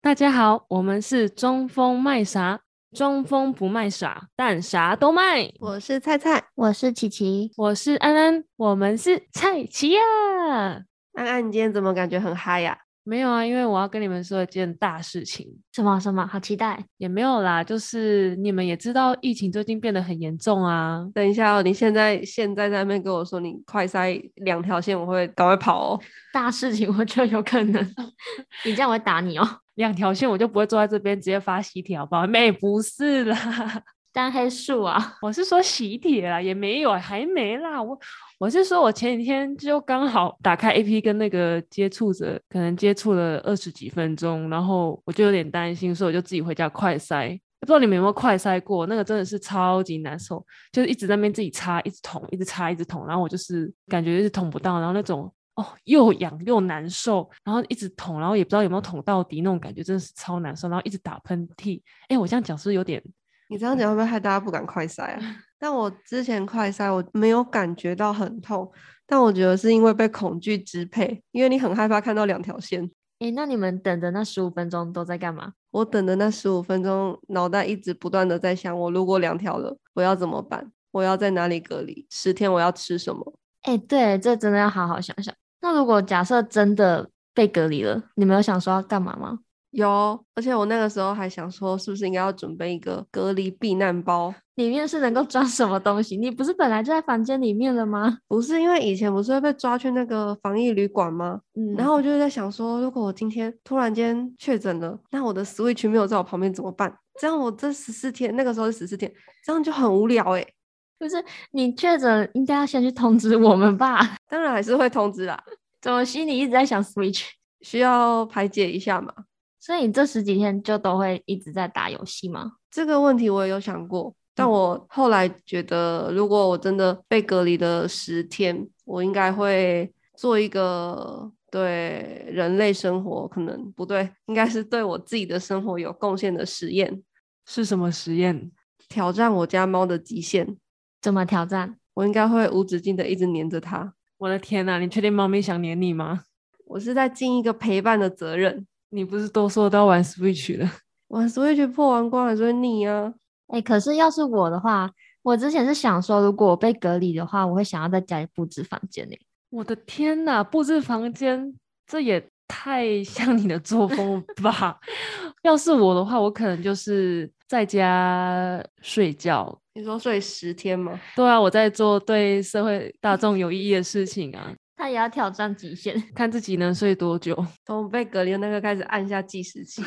大家好，我们是中锋卖啥？中锋不卖傻，但啥都卖。我是菜菜，我是琪琪，我是安安，我们是菜奇呀、安安，你今天怎么感觉很嗨呀、没有啊，因为我要跟你们说一件大事情，什么什么，好期待！也没有啦，就是你们也知道疫情最近变得很严重啊。等一下哦，你现在现在在那边跟我说你快塞两条线，我会赶快跑哦。大事情我觉得有可能， 你这样我会打你哦。 两条线我就不会坐在这边直接发喜帖好不好？没，不是啦，单黑树啊，我是说喜帖啦，也没有，还没啦。我我是说我前几天就刚好打开 A P 跟那个接触者，可能接触了二十几分钟，然后我就有点担心，所以我就自己回家快塞。不知道你们有没有快塞过？那个真的是超级难受，就是一直在那边自己擦，一直捅，一直擦，一直捅，然后我就是感觉就是捅不到，然后那种哦又痒又难受，然后一直捅，然后也不知道有没有捅到底，那种感觉真的是超难受，然后一直打喷嚏。哎，我这样讲是不是有点你这样讲会不会害大家不敢快塞啊？但我之前快塞我没有感觉到很痛，但我觉得是因为被恐惧支配，因为你很害怕看到两条线。诶，那你们等的那十五分钟都在干嘛？我等的那十五分钟，脑袋一直不断的在想，我如果两条了，我要怎么办？我要在哪里隔离？十天我要吃什么？诶，对，这真的要好好想想。那如果假设真的被隔离了，你们有想说要干嘛吗？有，而且我那个时候还想说，是不是应该要准备一个隔离避难包？里面是能够装什么东西？你不是本来就在房间里面了吗？不是因为以前不是会被抓去那个防疫旅馆吗？嗯然后我就在想说，如果我今天突然间确诊了，那我的 Switch 没有在我旁边怎么办？这样我这十四天，那个时候是十四天，这样就很无聊欸诶、就是你确诊，应该要先去通知我们吧？ 当然还是会通知啦，怎么心里一直在想 Switch？需要排解一下嘛。所以你这十几天就都会一直在打游戏吗？这个问题我也有想过，但我后来觉得，如果我真的被隔离了十天，我应该会做一个对人类生活可能不对，应该是对我自己的生活有贡献的实验，是什么实验？挑战我家猫的极限。怎么挑战？我应该会无止境的一直黏着它。我的天呐、你确定猫咪想黏你吗？我是在尽一个陪伴的责任。你不是都说都要玩 Switch 了？玩 Switch 破完光还是会腻啊。哎、可是要是我的话，我之前是想说，如果我被隔离的话，我会想要在家里布置房间 呢、欸我的天呐，布置房间，这也太像你的作风了吧？ 要是我的话，我可能就是在家睡觉。你说睡十天吗？对啊，我在做对社会大众有意义的事情啊，他也要挑战极限， 看自己能睡多久，从我被隔离的那个开始按下计时器。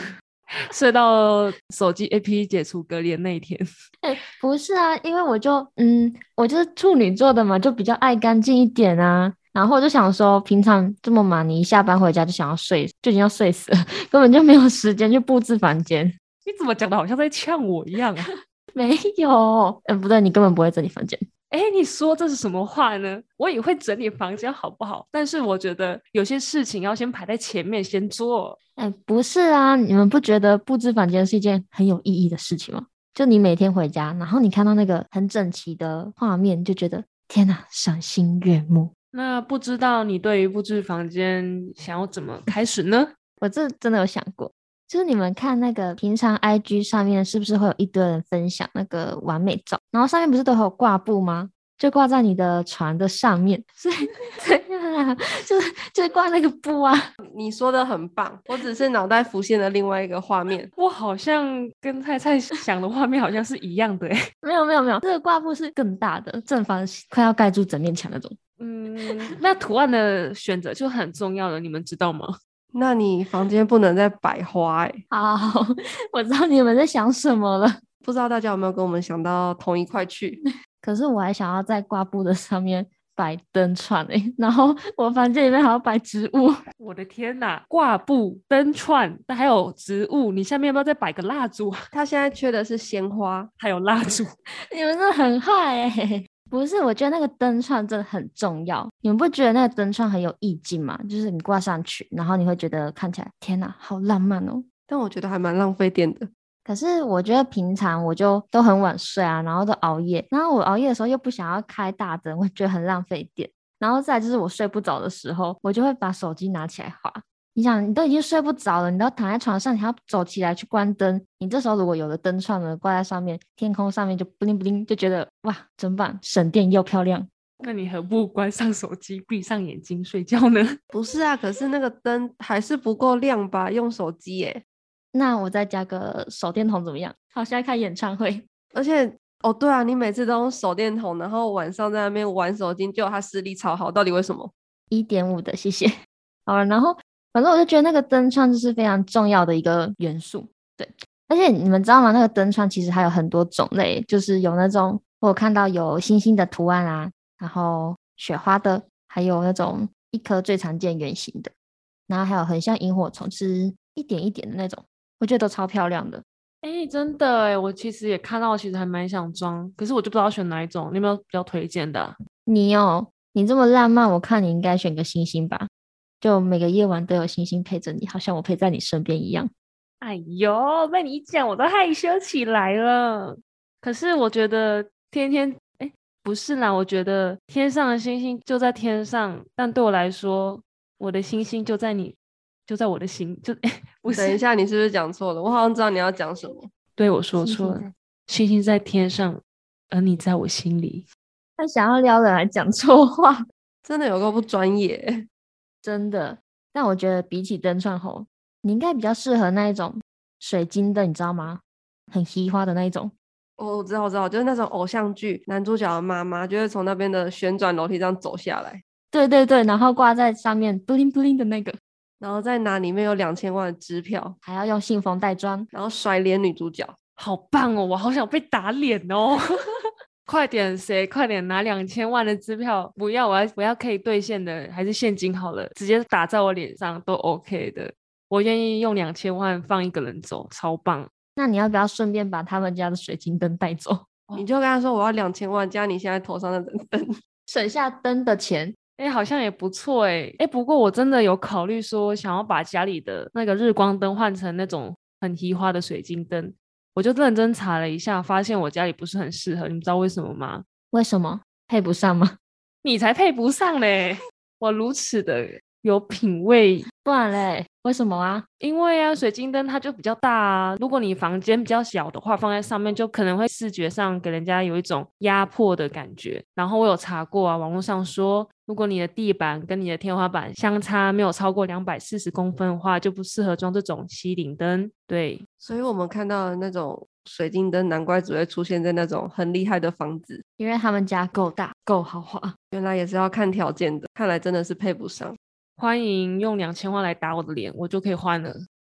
睡到手机 APP 解除隔离的那一天。 不是啊？因为我就嗯，我就是处女座的嘛，就比较爱干净一点啊。然后我就想说，平常这么忙，你一下班回家就想要睡，就已经要睡死了， 根本就没有时间去布置房间。 你怎么讲的好像在呛我一样啊？没有，嗯，不对，你根本不会整理房间。哎，你说这是什么话呢？我也会整理房间，好不好？但是我觉得有些事情要先排在前面，先做。哎，不是啊，你们不觉得布置房间是一件很有意义的事情吗？就你每天回家，然后你看到那个很整齐的画面，就觉得天哪，赏心悦目。那不知道你对于布置房间想要怎么开始呢？我这真的有想过，就是你们看那个平常 IG 上面是不是会有一堆人分享那个完美照，然后上面不是都会有挂布吗？就挂在你的床的上面，所以对啊，就是就是挂那个布啊。 你说的很棒，我只是脑袋浮现了另外一个画面。我好像跟菜菜 想的画面好像是一样的欸诶、没有没有没有，这个挂布是更大的正方形，快要盖住整面墙那种。嗯，那图案的选择就很重要了，你们知道吗？那你房间不能再摆花哎、好，我知道你们在想什么了。不知道大家有没有跟我们想到同一 块去？可是我还想要在挂布的上面摆灯串诶、然后我房间里面还要摆植物。我的天哪，挂布、灯串，那还有植物，你下面要不要再摆个蜡烛？ 他现在缺的是鲜花，还有蜡烛， 你们真的很坏诶、不是，我觉得那个灯串真的很重要。你们不觉得那个灯串很有意境吗？就是你挂上去，然后你会觉得看起来天哪，好浪漫哦。但我觉得还蛮浪费电的。可是我觉得平常我就都很晚睡啊，然后都熬夜，然后我熬夜的时候又不想要开大灯，我觉得很浪费电。然后再来就是我睡不着的时候，我就会把手机拿起来划，你想，你都已经睡不着了，你都躺在床上，你还要走起来去关灯。你这时候如果有了灯串呢，挂在上面，天空上面就布灵布灵，就觉得哇，真棒，省电又漂亮。那你何不关上手机，闭上眼睛睡觉呢？不是啊，可是那个灯还是不够亮吧？用手机欸耶、那我再加个手电筒怎么样？好像在看演唱会。而且哦，对啊，你每次都用手电筒，然后晚上在那边玩手机，结果他视力超好，到底为什么？一点五的，谢谢。好了，然后反正我就觉得那个灯串就是非常重要的一个元素，对。而且你们知道吗？那个灯串其实还有很多种类，就是有那种我有看到有星星的图案啊，然后雪花的，还有那种一颗最常见圆形的，然后还有很像萤火虫，是一点一点的那种，我觉得都超漂亮的。哎、真的哎，我其实也看到，其实还蛮想装，可是我就不知道选哪一种。你有没有比较推荐的啊、你哦，你这么浪漫，我看你应该选个星星吧，就每个夜晚都有星星陪着你，好像我陪在你身边一样。哎呦，被你一讲，我都害羞起来了。可是我觉得天天，哎，不是啦，我觉得天上的星星就在天上，但对我来说，我的星星就在你，就在我的心，就 不等一是下，你是不是讲错了？我好像知道你要讲什么。对我说星错星了在，星星在天上，而你在我心里。他想要撩人还讲错话， 真的有够不专业，欸真的。但我觉得比起灯串猴，你应该比较适合那一种水晶灯，你知道吗？很稀花的那一种。哦，我知道，我知道，就是那种偶像剧，男主角的妈妈就会从那边的旋转楼梯这样走下来，对对对，然后挂在上面布灵布灵的那个，然后再拿里面有两千万的支票，还要用信封袋装。然后甩脸女主角。好棒哦！我好想被打脸哦！ 快点谁？快点拿两千万的支票！不要，我要我要可以兑现的，还是现金好了，直接打在我脸上都 OK 的。我愿意用两千万放一个人走，超棒！那你要不要顺便把他们家的水晶灯带走， 你就跟他说我要两千万加你现在头上那盏灯，省下灯的钱？哎、好像也不错哎、哎、不过我真的有考虑说，想要把家里的那个日光灯换成那种很提花的水晶灯。我就认真查了一下，发现我家里不是很适合，你们知道为什么吗？为什么配不上吗？ 你才配不上嘞！我如此的有品味，不然嘞，为什么啊？因为啊，水晶灯它就比较大啊。如果你房间比较小的话，放在上面就可能会视觉上给人家有一种压迫的感觉。然后我有查过啊，网络上说，如果你的地板跟你的天花板相差没有超过两百四十公分的话，就不适合装这种吸顶灯。对， 所以我们看到的那种水晶灯，难怪只会出现在那种很厉害的房子。因为他们家够大，够豪华。原来也是要看条件的，看来真的是配不上。欢迎用两千万来打我的脸，我就可以换了。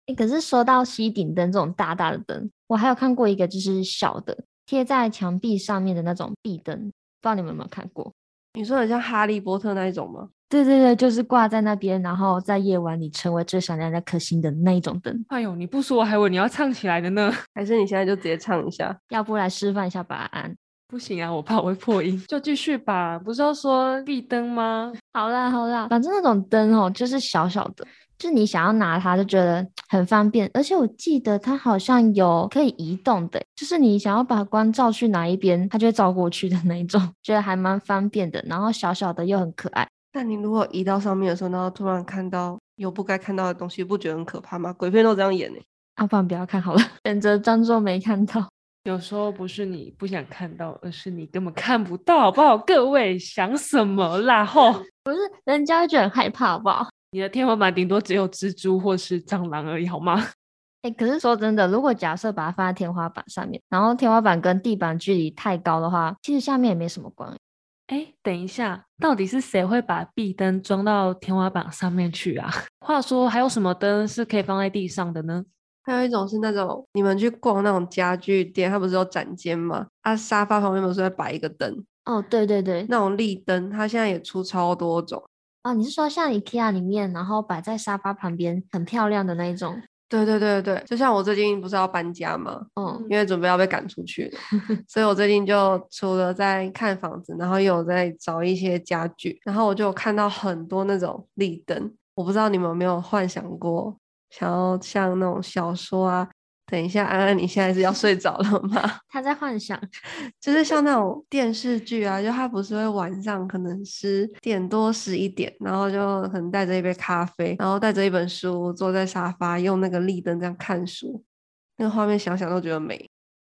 欸可是说到吸顶灯这种大大的灯，我还有看过一个就是小的贴在墙壁上面的那种壁灯，不知道你们有没有看过？你说很像哈利波特那一种吗？对对对，就是挂在那边，然后在夜晚里成为最闪亮那颗星的那一种灯。哎呦，你不说我还以为你要唱起来的呢。还是你现在就直接唱一下？要不来示范一下吧，安。不行啊，我怕我会破音，就继续吧。不是要说壁灯吗？好啦好啦，反正那种灯哦，就是小小的，就是你想要拿它就觉得很方便，而且我记得它好像有可以移动的，就是你想要把光照去哪一边，它就会照过去的那一种，觉得还蛮方便的。然后小小的又很可爱，但你如果移到上面的时候，然后突然看到有不该看到的东西，不觉得很可怕吗？鬼片都这样演呢、啊，不然不要看好了， 选择装作没看到。有时候不是你不想看到，而是你根本看不到，好不好？各位想什么啦？吼， 人家会觉得很害怕，好不好？你的天花板顶多只有蜘蛛或是蟑螂而已，好吗？哎、可是说真的，如果假设把它放在天花板上面，然后天花板跟地板距离太高的话，其实下面也没什么光。哎，等一下，到底是谁会把壁灯装到天花板上面去啊？ 话说，还有什么灯是可以放在地上的呢？还有一种是那种你们去逛那种家具店，它不是有展间吗？啊，沙发旁边不是会摆一个灯，哦，对对对，那种立灯，它现在也出超多种。哦，你是说像 IKEA 里面，然后摆在沙发旁边，很漂亮的那一种？对对对对，就像我最近不是要搬家吗？嗯，因为准备要被赶出去了，所以我最近就除了在看房子，然后也有在找一些家具，然后我就有看到很多那种立灯，我不知道你们有没有幻想过，想要像那种小说啊、等一下，安安，你现在是要睡着了吗？他在幻 想，就是像那种电视剧啊，就他不是会晚上可能十点多十一点，然后就可能带着一杯咖啡，然后带着一本书，坐在沙发用那个立灯这样看书，那个画面想想都觉得美，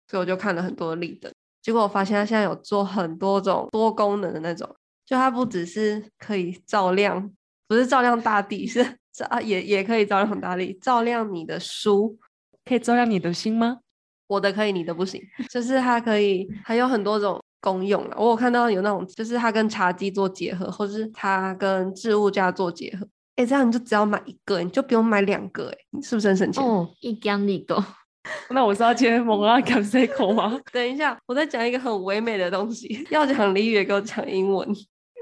所以我就看了很多立灯。结果我发现它现在有做很多种多功能的那种，就它不只是可以照亮，不是照亮大地， 是照也也可以照亮大地，照亮你的书，可以照亮你的心吗？ 我的可以，你的不行，就是它可以还有很多种功用啊。我有看到有那种，就是它跟茶几做结合，或是它跟置物架做结合。哎，这样你就只要买一个，你就不用买两个，哎，你是不是很省钱？哦，一江里狗，那我是要接蒙 啊 c a s e c o 吗？等一下，我在讲一个很唯美的东西，要讲俚语也给我讲英文。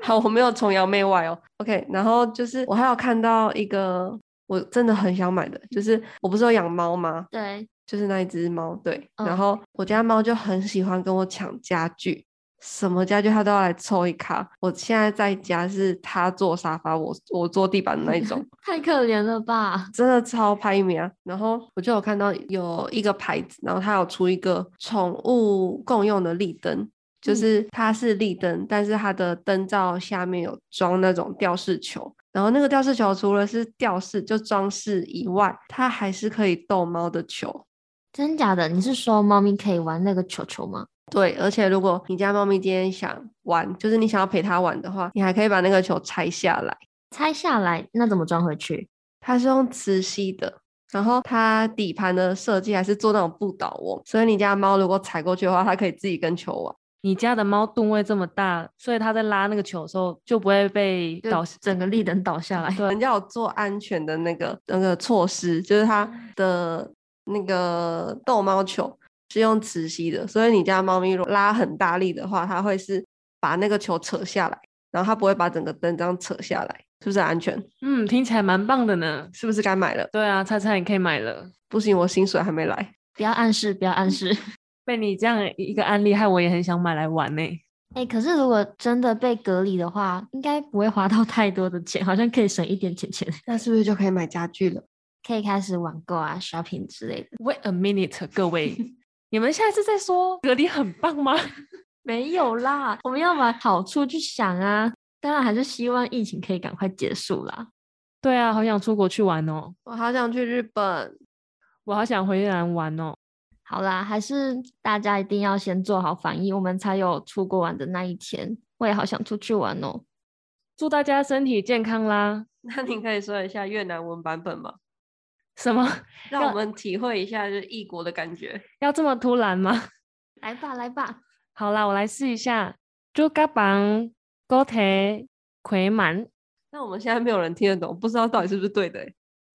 好，我没有崇洋媚外哦。OK，然后就是我还有看到一个我真的很想买的，就是我不是有养猫吗？ 对，就是那一只猫，对。嗯然后我家猫就很喜欢跟我抢家具，什么家具它都要来凑一咖。我现在在家是它坐沙发，我我坐地板的那一 种，太可怜了吧？真的超拍米啊。然后我就有看到有一个牌子，然后它有出一个宠物共用的立灯。就嗯是它是立灯，但是它的灯罩下面有装那种吊饰球，然后那个吊饰球除了是吊饰就装饰以外，它还是可以逗猫的球，真假的？你是说猫咪可以玩那个球球吗？对，而且如果你家猫咪今天想玩，就是你想要陪它玩的话，你还可以把那个球拆下来，拆下来，那怎么装回去？它是用磁吸的。然后它底盘的设计还是做那种不倒翁，所以你家猫如果踩过去的话，它可以自己跟球玩。你家的猫吨位这么大，所以它在拉那个球的时候就不会被就倒下。整个立等倒下来， 人家有做安全的那个那个措施，就是它的那个逗猫球是用磁吸的，所以你家猫咪如果拉很大力的话，它会是把那个球扯下来，然后它不会把整个灯这样扯下来，是不是很安全？嗯，听起来蛮棒的呢。是不是该买了？对啊，菜菜你可以买了。不行，我薪水还没来。不要暗示，不要暗示。被你这样一个案例害我也很想买来玩呢、哎、可是如果真的被隔离的话，应该不会花到太多的钱，好像可以省一点钱钱， 那是不是就可以买家具了？可以开始网购啊、shopping 之类的。 Wait a minute，各位，你们下次再说隔离很棒吗？ 没有啦，我们要往好处去想啊。当然还是希望疫情可以赶快结束啦。对啊，好想出国去玩哦，我好想去日本。 我好想回越南玩哦。好啦，还是大家一定要先做好防疫，我们才有出国玩的那一天。我也好想出去玩哦。祝大家身体健康啦！那你可以说一下越南文版本吗？什么 让要我们体会一下就是异国的感觉。要这么突然吗？来吧，来吧，好啦，我来试一下。朱嘎邦高铁魁满那我们现在没有人听得懂，不知道到底是不是对的欸。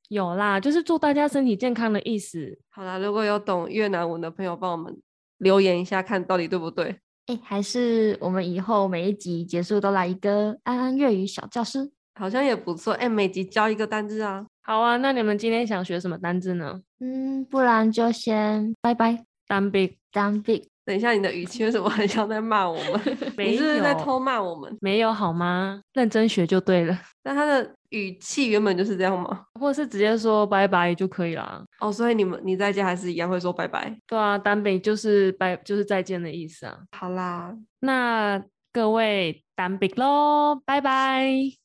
有啦，就是祝大家身体健康的意思。好啦，如果有懂越南文的朋友，帮我们留言一下，看到底对不对。哎、还是我们以后每一集结束都来一个安安粤语小教师。好像也不错，哎、每集教一个单字啊。好啊，那你们今天想学什么单字呢？嗯，不然就先拜拜，单兵当 big。等一下，你的语气为什么 很像在骂我们？ 你没是不是在有偷骂我们？没有好吗？认真学就对了， 但他的语气原本就是这样吗？或者是直接说拜拜就可以啦。哦，所以你们你在家还是一样会说拜拜。对啊，单兵就是拜就是再见的意思啊。好啦，那各位单兵喽，拜拜。